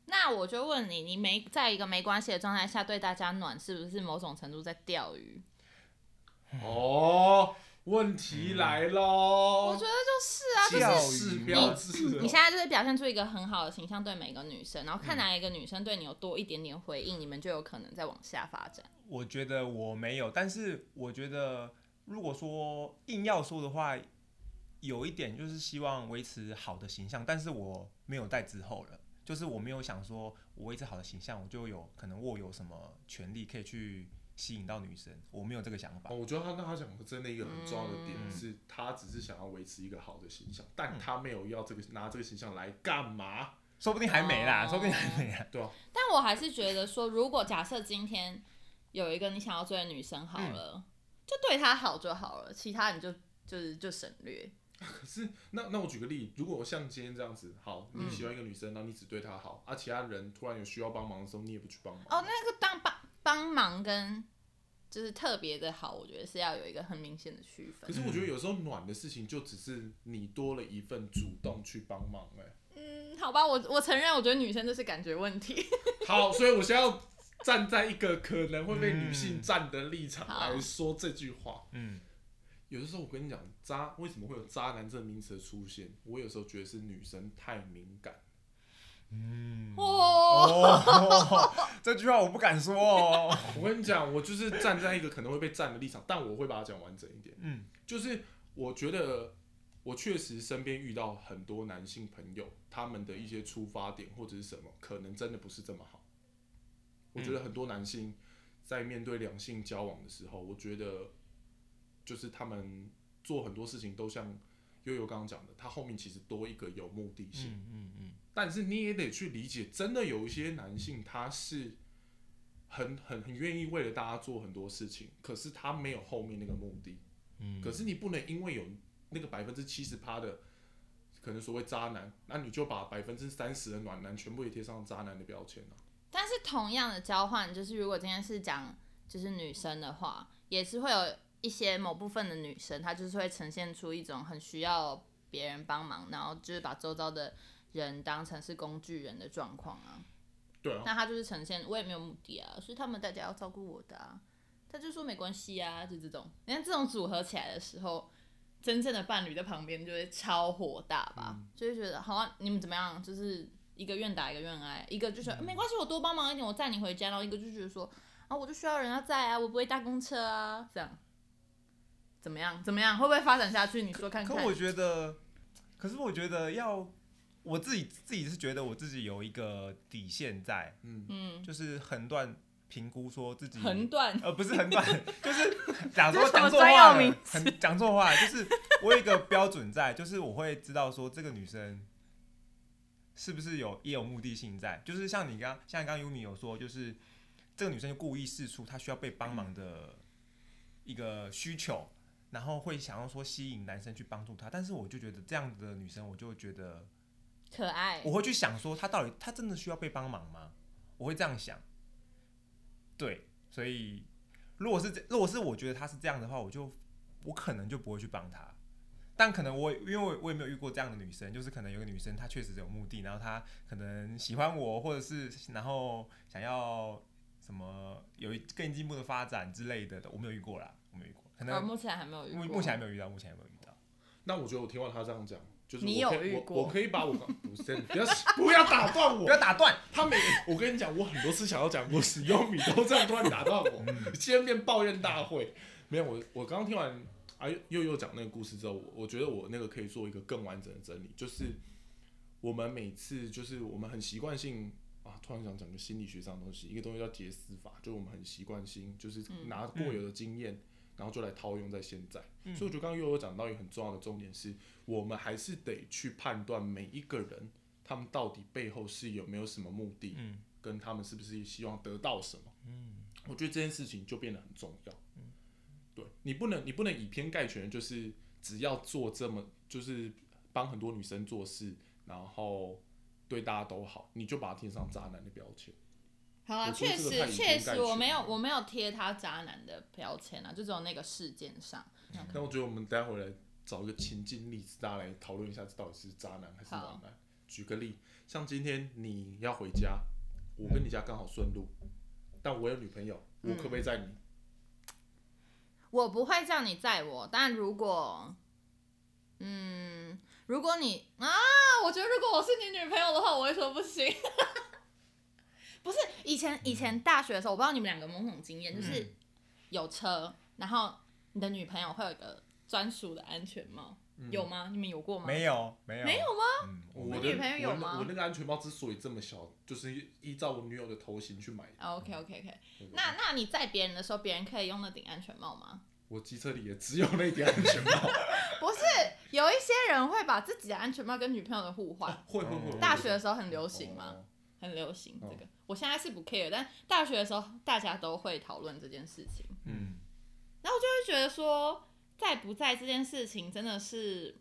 Speaker 2: 那我就问你，你没在一个没关系的状态下对大家暖，是不是某种程度在钓鱼？
Speaker 3: 哦，问题来
Speaker 2: 我
Speaker 3: 喽
Speaker 2: 觉得。就是啊，就
Speaker 3: 其
Speaker 1: 钓
Speaker 2: 是
Speaker 3: 实
Speaker 1: 鱼
Speaker 3: 是
Speaker 1: 嘛
Speaker 3: 标志了。
Speaker 2: 你现在就是表现出一个很好的形象对每个女生，然后看哪一个女生对你有多一点点回应，你们就有可能再往下发展。
Speaker 1: 我觉得我没有，但是我觉得如果说硬要说的话，有一点就是希望维持好的形象，但是我没有在之后了，就是我没有想说我维持好的形象，我就有可能握有什么权利可以去吸引到女生，我没有这个想法
Speaker 3: 哦，。我觉得他那他讲的真的一个很重要的点、
Speaker 1: 嗯
Speaker 3: 是，他只是想要维持一个好的形象，
Speaker 2: 嗯
Speaker 3: 但他没有要这个拿这个形象来干嘛？
Speaker 1: 说不定还没啦，
Speaker 2: 哦
Speaker 1: 说不定还没啦。
Speaker 3: 对啊，
Speaker 2: 但我还是觉得说，如果假设今天有一个你想要追的女生好了，就对她好就好了，其他你就就是就省略。
Speaker 3: 可是那那我举个例，如果像今天这样子，好，你
Speaker 2: 嗯
Speaker 3: 喜欢一个女生，然后你只对她好，啊，其他人突然有需要帮忙的时候，你也不去帮忙。
Speaker 2: 哦，那个当帮帮忙跟就是特别的好，我觉得是要有一个很明显的区
Speaker 3: 可
Speaker 2: 分。
Speaker 3: 是我觉得有时候暖的事情就只是你多了一份主动去帮忙、哎，
Speaker 2: 嗯，好吧，我我承认，我觉得女生就是感觉问题。 (laughs)
Speaker 3: 好，所以我现在要站在一个可能会被女性站的立场
Speaker 2: 嗯
Speaker 3: 来说这句话。
Speaker 1: 嗯，
Speaker 3: 有的时候我跟你讲，渣为什么会有渣男这个名词的出现？我有时候觉得是女生太敏感。
Speaker 2: 哦，
Speaker 1: 哦， (laughs) 这句话我不敢说哦。
Speaker 3: 我跟你讲，我就是站在一个可能会被站的立场，但我会把它讲完整一点。
Speaker 1: 嗯
Speaker 3: 就是我觉得我确实身边遇到很多男性朋友，他们的一些出发点或者是什么，可能真的不是这么好。我
Speaker 1: 嗯
Speaker 3: 觉得很多男性在面对两性交往的时候，我觉得就是他们做很多事情都像悠悠刚刚讲的，他后面其实多一个有目的性。
Speaker 1: 嗯嗯嗯，
Speaker 3: 但是你也得去理解，真的有一些男性他是很很很愿意为了大家做很多事情，可是他没有后面那个目的。
Speaker 1: 嗯
Speaker 3: 可是你不能因为有那个百分之七十趴的可能所谓渣男，那你就把百分之三十的暖男全部也贴上渣男的标签啊。
Speaker 2: 但是同样的交换，就是如果今天是讲就是女生的话，也是会有一些某部分的女生，她就是会呈现出一种很需要别人帮忙，然后就是把周遭的人当成是工具人的状况啊。
Speaker 3: 对啊，
Speaker 2: 那她就是呈现我也没有目的啊，是他们大家要照顾我的啊。他就说没关系啊，就这种。你看这种组合起来的时候，真正的伴侣在旁边就会超火大吧，
Speaker 1: 嗯
Speaker 2: 就会觉得好啊，你们怎么样？就是一个愿打一个愿挨，一个就
Speaker 1: 嗯
Speaker 2: 说、没关系，我多帮忙一点，我载你回家。然后一个就觉得说啊，我就需要人家载啊，我不会搭公车啊，这样。怎么样？怎么样？会不会发展下去？你说看
Speaker 1: 可
Speaker 2: 看。
Speaker 1: 我觉得，可是我觉得要我自己自己是觉得我自己有一个底线在，
Speaker 3: 嗯，
Speaker 2: 嗯，
Speaker 1: 就是横断评估说自己
Speaker 2: 横断
Speaker 1: 呃，不是很短， (laughs) 就是讲说
Speaker 2: 这是什
Speaker 1: 讲错
Speaker 2: 么专
Speaker 1: 话
Speaker 2: 有名
Speaker 1: 了，很讲错话了，就是我有一个标准在，就是我会知道说这个女生是不是有也有目的性在，就是像你刚像刚刚 Yumi 有说，就是这个女生就故意试出她需要被帮忙的一个需求，然后会想要说吸引男生去帮助她，但是我就觉得这样子的女生，我就觉得
Speaker 2: 可爱。
Speaker 1: 我会去想说，他到底他真的需要被帮忙吗？我会这样想。对，所以如果是这，如果是我觉得他是这样的话，我就我可能就不会去帮他。但可能我因为我我也没有遇过这样的女生，就是可能有个女生她确实有目的，然后她可能喜欢我，或者是然后想要什么有一更进一步的发展之类的，我没有遇过啦，我没有遇过，可
Speaker 2: 啊，
Speaker 1: 能
Speaker 2: 目前还没有遇
Speaker 1: 目
Speaker 2: 过。
Speaker 1: 目前还没有遇到，目前还没有遇到。
Speaker 3: 那我觉得我听完他这样讲，就是
Speaker 2: 你
Speaker 3: 我
Speaker 2: 有
Speaker 3: 可以
Speaker 2: 遇
Speaker 3: 我
Speaker 2: 过
Speaker 3: 我可以
Speaker 2: (laughs)
Speaker 3: 把我刚不是不要不要打断
Speaker 1: 不
Speaker 3: 我，
Speaker 1: 要打断，
Speaker 3: 他每我跟你讲，我很多次想要讲故事，优米都这样突然打断我，今天变抱怨大会。没有，我我刚听完啊又又讲那个故事之后，我我觉得我那个可以做一个更完整的整理，就是我们每次就是我们很习惯性啊，突然想讲个心理学上的东西，一个东西叫杰斯法，就我们很习惯性就是拿过有的经验，然后就来套用在现在。所以我觉得刚刚又有讲到一个很重要的重点是，我们还是得去判断每一个人他们到底背后是有没有什么目的，
Speaker 1: 嗯
Speaker 3: 跟他们是不是希望得到什么。
Speaker 1: 嗯
Speaker 3: 我觉得这件事情就变得很重要。对你不能，你不能以偏概全，就是只要做这么，就是帮很多女生做事，然后对大家都好，你就把它贴上渣男的标签。
Speaker 2: 好啊，
Speaker 3: 我觉
Speaker 2: 确
Speaker 3: 得这个太
Speaker 2: 实
Speaker 3: 以
Speaker 2: 确
Speaker 3: 偏概
Speaker 2: 实，我
Speaker 3: 全
Speaker 2: 没有
Speaker 3: 了
Speaker 2: 我没有贴他渣男的标签啊，就只有那个事件上。
Speaker 3: 那我觉得我们待会来找一个情境例子，大家来讨论一下，这到底是渣男还是
Speaker 2: 好
Speaker 3: 暖男？举个例，像今天你要回家，我跟你家刚好顺路，但我有女朋友，我可不可以载你？
Speaker 2: 我不会叫你载我，但如果，嗯，如果你啊，我觉得如果我是你女朋友的话，我会说不行。 (laughs) 不是以前以前大学的时候，我不知道你们两个有没有那种经验，就
Speaker 3: 嗯
Speaker 2: 是有车，然后你的女朋友会有一个专属的安全帽，
Speaker 3: 嗯
Speaker 2: 有吗？你们有过吗？
Speaker 1: 没有没有
Speaker 2: 嗯没有
Speaker 1: 吗？嗯，
Speaker 3: 我
Speaker 1: 没
Speaker 3: 的
Speaker 1: 有
Speaker 2: 你女朋友有
Speaker 3: 我那
Speaker 2: 吗
Speaker 3: 我那个安全帽之所以这么小，就是依照我女友的头型去买的。
Speaker 2: 啊，OK OK OK，
Speaker 3: 对
Speaker 2: 那那你载别人的时候，别人可以用那顶安全帽吗？
Speaker 3: 我机车里也只有那顶安全帽。
Speaker 2: 不是，有一些人会把自己的安全帽跟女朋友的互
Speaker 3: (laughs)
Speaker 2: 换，
Speaker 3: 会
Speaker 1: 哦会会会
Speaker 2: 啊大学的时候很 (laughs) 流行嘛，
Speaker 3: 哦？
Speaker 2: 很流行这
Speaker 3: 哦
Speaker 2: 个。我现在是不 care，但大学的时候大家都会讨论这件事情，
Speaker 1: 嗯。
Speaker 2: 然后我就会觉得说，在不在这件事情真的是，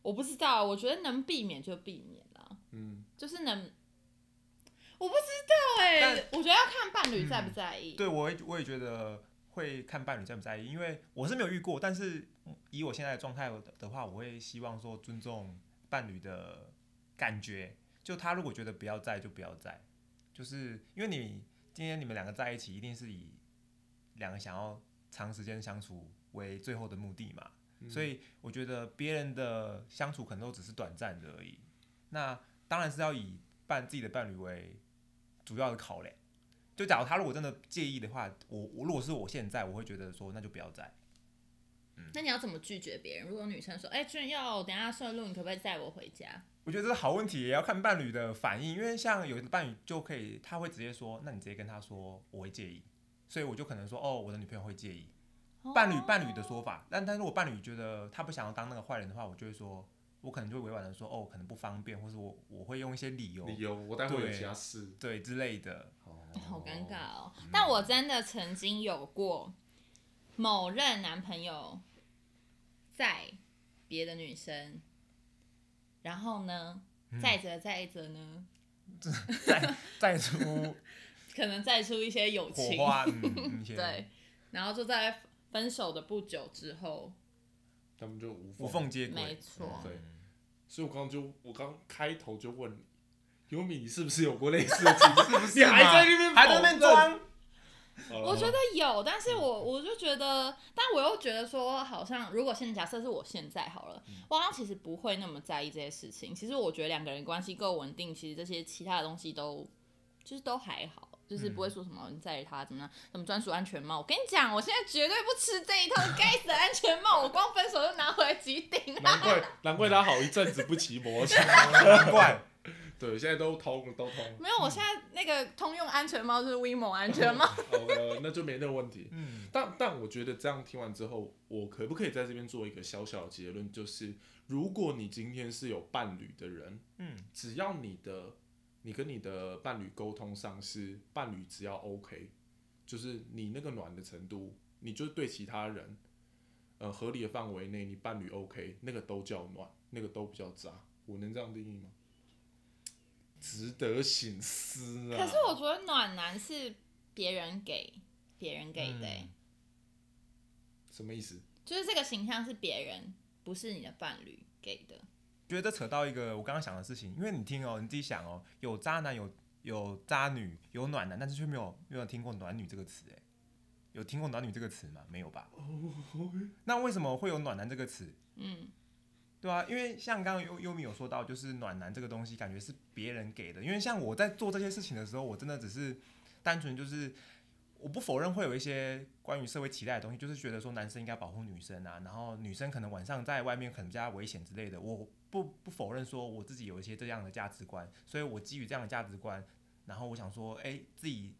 Speaker 2: 我不知道，我觉得能避免就避免啦，
Speaker 3: 嗯，
Speaker 2: 就是能，我不知道哎、
Speaker 1: 但
Speaker 2: 我觉得要看伴侣在不
Speaker 3: 嗯
Speaker 2: 在意。
Speaker 1: 对，我也我也觉得会看伴侣在不在意，因为我是没有遇过，但是以我现在的状态的话，我会希望说尊重伴侣的感觉，就他如果觉得不要在就不要在，就是因为你今天你们两个在一起，一定是以两个想要长时间相处为最后的目的嘛，所以我觉得别人的相处可能都只是短暂的而已。那当然是要以伴自己的伴侣为主要的考量。就假如他如果真的介意的话，我我如果是我现在，我会觉得说那就不要在。
Speaker 2: 那你要怎么拒绝别人？如果女生说：“哎、俊佑，等一下顺路，你可不可以载我回家
Speaker 1: 我觉得这是好问题，也要看伴侣的反应，因为像有的伴侣就可以，他会直接说，那你直接跟他说我会介意，所以我就可能说哦，我的女朋友会介意，？”
Speaker 2: 哦
Speaker 1: 伴侣伴侣的说法。但但如果伴侣觉得他不想要当那个坏人的话，我就会说，我可能就会委婉的说哦，可能不方便，或是我我会用一些理由
Speaker 3: 理由我待会有
Speaker 1: 对
Speaker 3: 其他事，
Speaker 1: 对之类的。
Speaker 2: 哦 (laughs) 好尴尬哦。但我真的曾经有过某任男朋友载别的女生，然后呢，
Speaker 1: 嗯
Speaker 2: 载着载着呢， (laughs)
Speaker 1: 再出
Speaker 2: 可能载出一些友
Speaker 1: 火
Speaker 2: 情，
Speaker 1: 花，嗯，一些
Speaker 2: 对，然后就在分手的不久之后，
Speaker 3: 他们就无
Speaker 1: 无缝接
Speaker 2: 没
Speaker 1: 轨。嗯
Speaker 2: 错，
Speaker 3: 对，所以我刚刚就我刚开头就问你，优米，你是不是有过类似的经
Speaker 1: (laughs)
Speaker 3: 历？
Speaker 1: 不是
Speaker 3: 你
Speaker 1: 嘛
Speaker 3: 还在那边哦
Speaker 1: 还在那边装，
Speaker 3: 好了
Speaker 2: 我觉得有，但是我我就觉得，但我又觉得说，好像如果现在假设是我现在好了，我好像其实不会那么在意这些事情。其实我觉得两个人关系够稳定，其实这些其他的东西都就是都还好，就是不会说什么你在意他怎么样，什么专属安全帽。我跟你讲，我现在绝对不吃这一套，该死的安全帽，我光分手就拿回来几顶了。
Speaker 3: 难怪难怪他好一阵子不骑摩托车， (laughs)
Speaker 1: 难怪
Speaker 3: 对，现在都通了，都通了。
Speaker 2: 没有，我现在那个通用安全帽就是 WeMo 安全帽。
Speaker 3: 呃，那就没那个问题。
Speaker 1: 嗯，
Speaker 3: 但但我觉得这样听完之后，我可不可以在这边做一个小小的结论，就是如果你今天是有伴侣的人，
Speaker 1: 嗯，
Speaker 3: 只要你的你跟你的伴侣沟通上是伴侣只要 OK，就是你那个暖的程度，你就对其他人，呃，合理的范围内，你伴侣 OK，那个都叫暖，那个都不叫渣。我能这样定义吗？值得醒思啊！
Speaker 2: 可是我觉得暖男是别人给别人给的欸、
Speaker 1: 嗯
Speaker 3: 什么意思？
Speaker 2: 就是这个形象是别人，不是你的伴侣给的。
Speaker 1: 觉得这扯到一个我刚刚想的事情，因为你听哦，你自己想哦，有渣男，有有渣女，有暖男，但是却没有没有听过暖女这个词，哎，有听过暖女这个词吗？没有吧？那为什么会有暖男这个词？
Speaker 2: 嗯，
Speaker 1: 对啊，因为像刚刚优优米有说到，就是暖男这个东西，感觉是别人给的。因为像我在做这些事情的时候，我真的只是单纯就是，我不否认会有一些关于社会期待的东西，就是觉得说男生应该保护女生啊，然后女生可能晚上在外面可能比较危险之类的。我不不否认说我自己有一些这样的价值观，所以我基于这样的价值观，然后我想说，哎，自己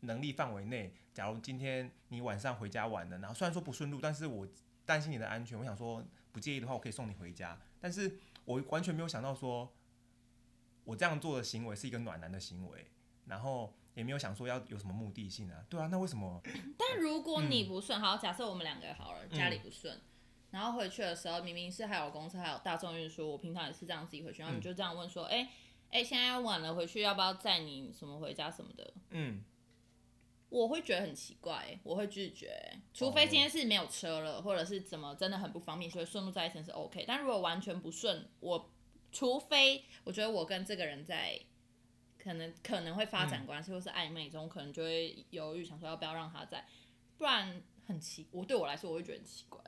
Speaker 1: 能力范围内，假如今天你晚上回家晚了，然后虽然说不顺路，但是我担心你的安全，我想说不介意的话，我可以送你回家。但是我完全没有想到说，我这样做的行为是一个暖男的行为，然后也没有想说要有什么目的性啊。对啊，那为什么？
Speaker 2: 但如果你不顺，好，假设我们两个好了，
Speaker 1: 嗯
Speaker 2: 家里不顺，然后回去的时候，明明是还有公司，还有大众运输，我平常也是这样自己回去，然后你就这样问说，哎、哎、现在晚了，回去要不要载你什么回家什么的？
Speaker 1: 嗯，
Speaker 2: 我会觉得很奇怪、我会拒绝、除非今天是没有车了，或者是怎么真的很不方便，所以顺路在一起是 OK。但如果完全不顺，我除非我觉得我跟这个人在可能可能会发展关系、或是暧昧中，可能就会犹豫想说要不要让他在，不然很奇，我对我来说我会觉得很奇怪。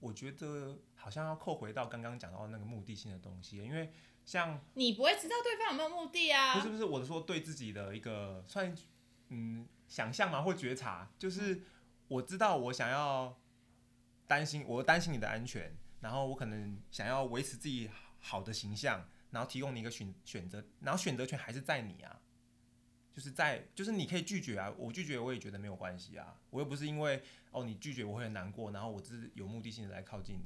Speaker 1: 我觉得好像要扣回到刚刚讲到那个目的性的东西，因为像
Speaker 2: 你不会知道对方有没有目的啊？
Speaker 1: 不是不是，我是说对自己的一个算嗯想象嘛或觉察，就是我知道我想要担心，我担心你的安全，然后我可能想要维持自己好的形象，然后提供你一个选选择，然后选择权还是在你啊，就是在就是你可以拒绝啊，我拒绝我也觉得没有关系啊，我又不是因为哦你拒绝我会很难过，然后我只是有目的性的来靠近你，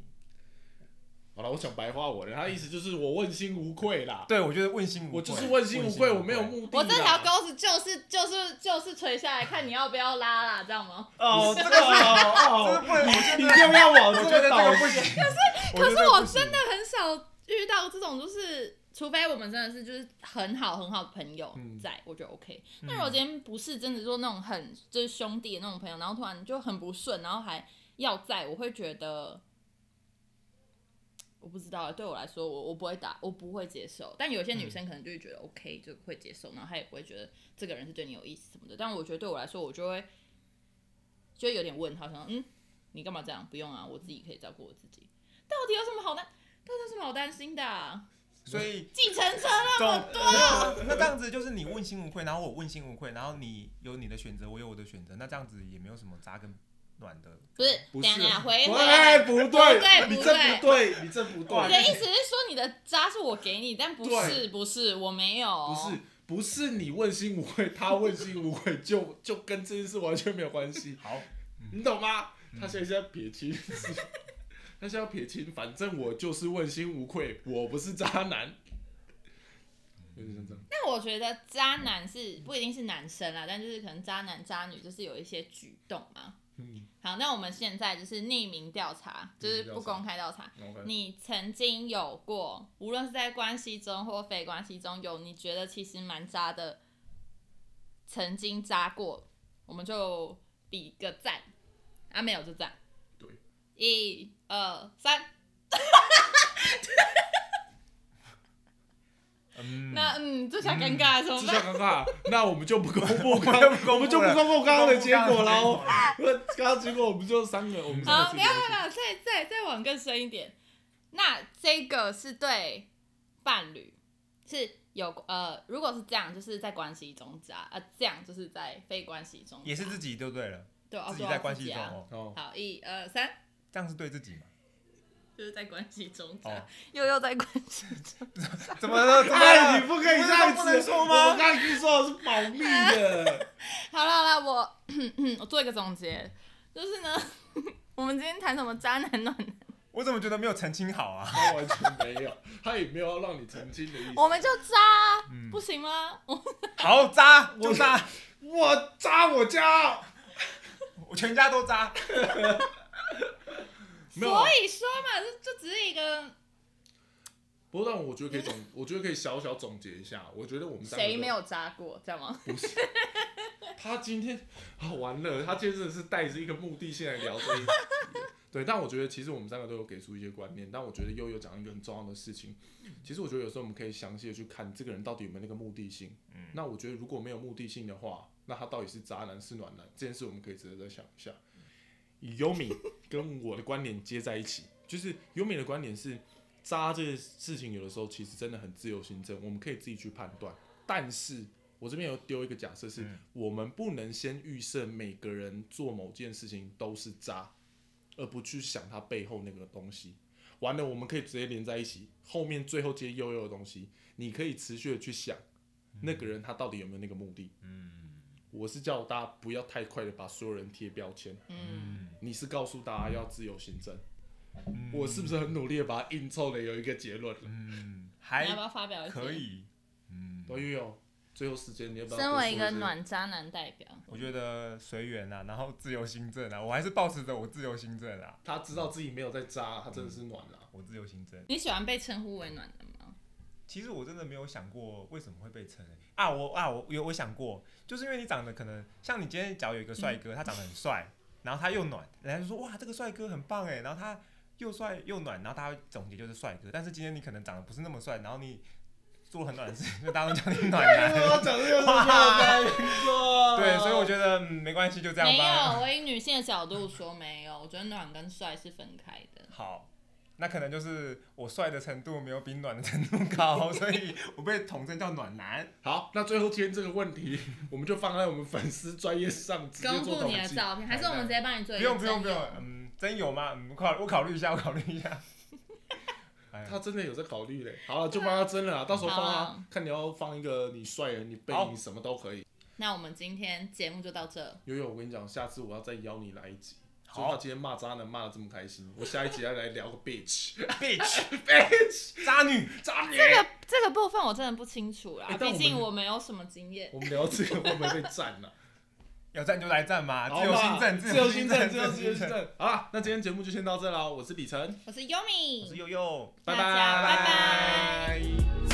Speaker 3: 好了，我讲白话文了，他的意思就是我问心无愧啦，
Speaker 1: 对我觉得问心无愧，
Speaker 3: 我就是问心无愧，我没有目的啊
Speaker 2: 我
Speaker 3: 啦。
Speaker 2: 这条钩子就是就是就是垂下来看你要不要拉啦，知道吗？
Speaker 3: 哦，这个哦，
Speaker 1: 这不能，我觉
Speaker 3: 你
Speaker 1: 得
Speaker 3: 又要往
Speaker 1: 我觉
Speaker 3: 这
Speaker 1: 得这个
Speaker 3: 个倒
Speaker 1: 不行，
Speaker 2: 可
Speaker 1: 可
Speaker 2: 是我真的很少遇到这种，就是除非我们真的是就是很好很好的朋友
Speaker 3: 嗯
Speaker 2: 在，我觉得 OK。那如果今天不是真的说那种很就是兄弟的那种朋友，然后突然就很不顺，然后还要在，我会觉得。我我不知道，对我来说，我我不会打，我不会接受。但有些女生可能就会觉得 OK，、就会接受，然后她也不会觉得这个人是对你有意思什么的。但我觉得对我来说，我就会就会有点问号，想说嗯，你干嘛这样？不用啊，我自己可以照顾我自己。到底有什么好担？到底有什么好担心的啊、
Speaker 1: 所以
Speaker 2: 计程车那么多，
Speaker 1: (laughs) 那这样子就是你问心无愧，然后我问心无愧，然后你有你的选择，我有我的选择，那这样子也没有什么扎根暖的。
Speaker 2: 不是？
Speaker 3: 不
Speaker 2: 等一
Speaker 3: 是
Speaker 2: 下等一下，回回
Speaker 3: 哎
Speaker 2: 来。
Speaker 3: 不对，
Speaker 2: 对
Speaker 3: 你
Speaker 2: 不
Speaker 3: 这
Speaker 2: 对
Speaker 3: 不对，你这不
Speaker 2: 你
Speaker 3: 对，
Speaker 2: 的意思是说你的渣是我给你，但不是
Speaker 3: 对
Speaker 2: 不是我没有，
Speaker 3: 不是不是你问心无愧，他问心无愧，就就跟这件事完全没有关系，
Speaker 1: 好，
Speaker 3: (laughs) 你懂吗？他现在是要撇清，他现在要撇清，反正我就是问心无愧，我不是渣男。 (laughs) 有点像这样，
Speaker 2: 但我觉得渣男是不一定是男生啦，但就是可能渣男渣女就是有一些举动嘛。
Speaker 3: 嗯，
Speaker 2: 好，那我们现在就是匿名调查，就是不公开调查。
Speaker 3: 然后呢
Speaker 2: 你曾经有过，无论是在关系中或非关系中有，你觉得其实蛮渣的，曾经渣过，我们就比个赞，啊没有就赞，
Speaker 3: 对，
Speaker 2: 一二三，
Speaker 1: 嗯，
Speaker 2: 那嗯，这下尴尬了，怎么
Speaker 3: 这
Speaker 2: 办
Speaker 3: 下？尴尬，那我们就不公布刚，
Speaker 1: 就不公布了
Speaker 3: 我们就不公布刚刚的结果喽
Speaker 1: 不公布刚。
Speaker 3: 刚刚结果我们就三个，我们三
Speaker 2: 好，
Speaker 3: 个
Speaker 2: 不
Speaker 3: 自
Speaker 2: 要
Speaker 3: 己
Speaker 2: 不要，不要再再再往更深一点。那这个是对伴侣是有呃，如果是这样，就是在关系中渣，呃，这样就是在非关系中
Speaker 1: 也是
Speaker 2: 渣
Speaker 1: 自己就对了，
Speaker 2: 对哦
Speaker 1: 自己
Speaker 2: 对
Speaker 1: 在
Speaker 2: 哦
Speaker 1: 关系
Speaker 2: 己
Speaker 1: 中
Speaker 2: 啊。
Speaker 1: 哦，
Speaker 3: 哦，
Speaker 2: 好，一二三，
Speaker 1: 这样是对自己嘛？
Speaker 2: 就是在关系中渣，
Speaker 1: 哦
Speaker 2: 又又在关系中。
Speaker 1: 怎么了？怎么了？
Speaker 3: 哎，你不可以这样子
Speaker 1: 不能说吗
Speaker 3: 我刚才跟你说的是保密的，
Speaker 2: (laughs) 好了好了，我 (coughs) 我做一个总结，就是呢， (laughs) 我们今天谈什么渣男暖男，
Speaker 1: 我怎么觉得没有澄清好啊？
Speaker 3: 他完全没有，他也没有要让你澄清的意思。
Speaker 2: (laughs) 我们就渣啊，
Speaker 1: 嗯
Speaker 2: 不行吗？我
Speaker 1: 好渣
Speaker 3: 我
Speaker 1: 就渣，
Speaker 3: 我扎我家，
Speaker 1: 我全家都渣。
Speaker 3: 没有啊
Speaker 2: 所以说嘛，这这只是一个
Speaker 3: 不过，但我觉得可以总，我觉得可以小小总结一下。我觉得我们三个
Speaker 2: 谁
Speaker 3: 都
Speaker 2: 没有渣过，知道吗？
Speaker 3: 不是，他今天啊完了，他今天真的是带着一个目的性来聊这一集。对，但我觉得其实我们三个都有给出一些观念，但我觉得悠悠讲一个很重要的事情，其实我觉得有时候我们可以详细的去看这个人到底有没有那个目的性。
Speaker 1: 嗯
Speaker 3: 那我觉得如果没有目的性的话，那他到底是渣男是暖男这件事，我们可以值得再想一下。以优米跟我的观点接在一起，就是优米的观点是渣这个事情有的时候其实真的很自由行政，我们可以自己去判断，但是我这边有丢一个假设是，
Speaker 1: 嗯
Speaker 3: 我们不能先预设每个人做某件事情都是渣，而不去想他背后那个东西。完了，我们可以直接连在一起，后面最后接悠悠的东西，你可以持续的去想，那个人他到底有没有那个目的。
Speaker 1: 嗯
Speaker 3: 我是叫大家不要太快的把所有人贴标签，
Speaker 2: 嗯，
Speaker 3: 你是告诉大家要自由行政，
Speaker 1: 嗯
Speaker 3: 我是不是很努力的把它硬凑的有一个结论了？
Speaker 1: 嗯，
Speaker 2: 你要不
Speaker 1: 还
Speaker 2: 要发表一些？
Speaker 1: 可以。嗯，
Speaker 3: 对，悠悠，最后时间你要不要？
Speaker 2: 身为一个，暖渣男代表，
Speaker 1: 我觉得随缘啊，然后自由新政啊，我还是保持着我自由新政啊，
Speaker 3: 他知道自己没有在渣，他真的是暖啊了、
Speaker 1: 我自由新政。
Speaker 2: (laughs) 你喜欢被称呼为暖男吗？
Speaker 1: 其实我真的没有想过为什么会被称欸啊，我啊我有我想过，就是因为你长得可能像你今天假如有一个帅
Speaker 2: 嗯
Speaker 1: 哥，他长得很帅，然后他又暖，人家就说哇这个帅哥很棒哎，然后他又帅又暖，然后大家总结就是帅哥。但是今天你可能长得不是那么帅，然后你做很暖的事 (laughs) 情，就大家都叫你暖男。
Speaker 2: (laughs)
Speaker 3: 我讲这个是在啊说，
Speaker 1: 对，所以我觉得、嗯、没关系，就这样
Speaker 2: 没
Speaker 1: 吧。
Speaker 2: 有，我以女性的角度说没有，我觉得暖跟帅是分开的。
Speaker 1: 好，那可能就是我帅的程度没有比暖的程度
Speaker 2: (laughs)
Speaker 1: 高，所以我被统称叫暖男。
Speaker 3: 好，那最后今天这个问 (laughs) 题，我们就放在我们粉丝专业上直接
Speaker 2: 公
Speaker 3: 做
Speaker 2: 布
Speaker 3: 统
Speaker 2: 你的
Speaker 3: 计。
Speaker 2: 照片，还是我们直接帮你做一
Speaker 1: 不
Speaker 2: 个
Speaker 1: 用不用
Speaker 2: 征
Speaker 1: 不
Speaker 2: 友
Speaker 1: 用，嗯，真有吗？嗯，我考我考虑一下，我考虑一下。 (laughs) 哎
Speaker 3: 他真的有在考虑嘞，好了，就帮他争了啊，到时候放
Speaker 2: 好
Speaker 3: 他
Speaker 2: 啊，
Speaker 3: 看你要放一个你帅人，你背
Speaker 1: 好
Speaker 3: 影什么都可以。
Speaker 2: 那我们今天节目就到这，
Speaker 3: 悠悠，我跟你讲，下次我要再邀你来一集。
Speaker 1: 好
Speaker 3: 就他今天骂渣男骂的这么开心，我下一集要来聊个 bitch (laughs)
Speaker 1: ，bitch (laughs)
Speaker 3: bitch
Speaker 1: 渣女，
Speaker 3: 渣女。
Speaker 2: 这个这个部分我真的不清楚啦
Speaker 3: 哎，但我
Speaker 2: 毕
Speaker 3: 们
Speaker 2: 竟我没有什么经验。
Speaker 3: 我们聊这个会不会被占了、
Speaker 1: 有赞就来赞嘛，
Speaker 3: 好
Speaker 1: 自由
Speaker 3: 吧
Speaker 1: 新政，
Speaker 3: 自由新政，
Speaker 1: 政，
Speaker 3: 自由
Speaker 1: 自
Speaker 3: 自由新。政。好啦，那今天节目就先到这啦，我是李晨，
Speaker 2: 我是
Speaker 1: 我是
Speaker 2: Yumi，
Speaker 1: 悠悠，
Speaker 3: 拜
Speaker 2: 大家拜
Speaker 1: 拜。
Speaker 2: 拜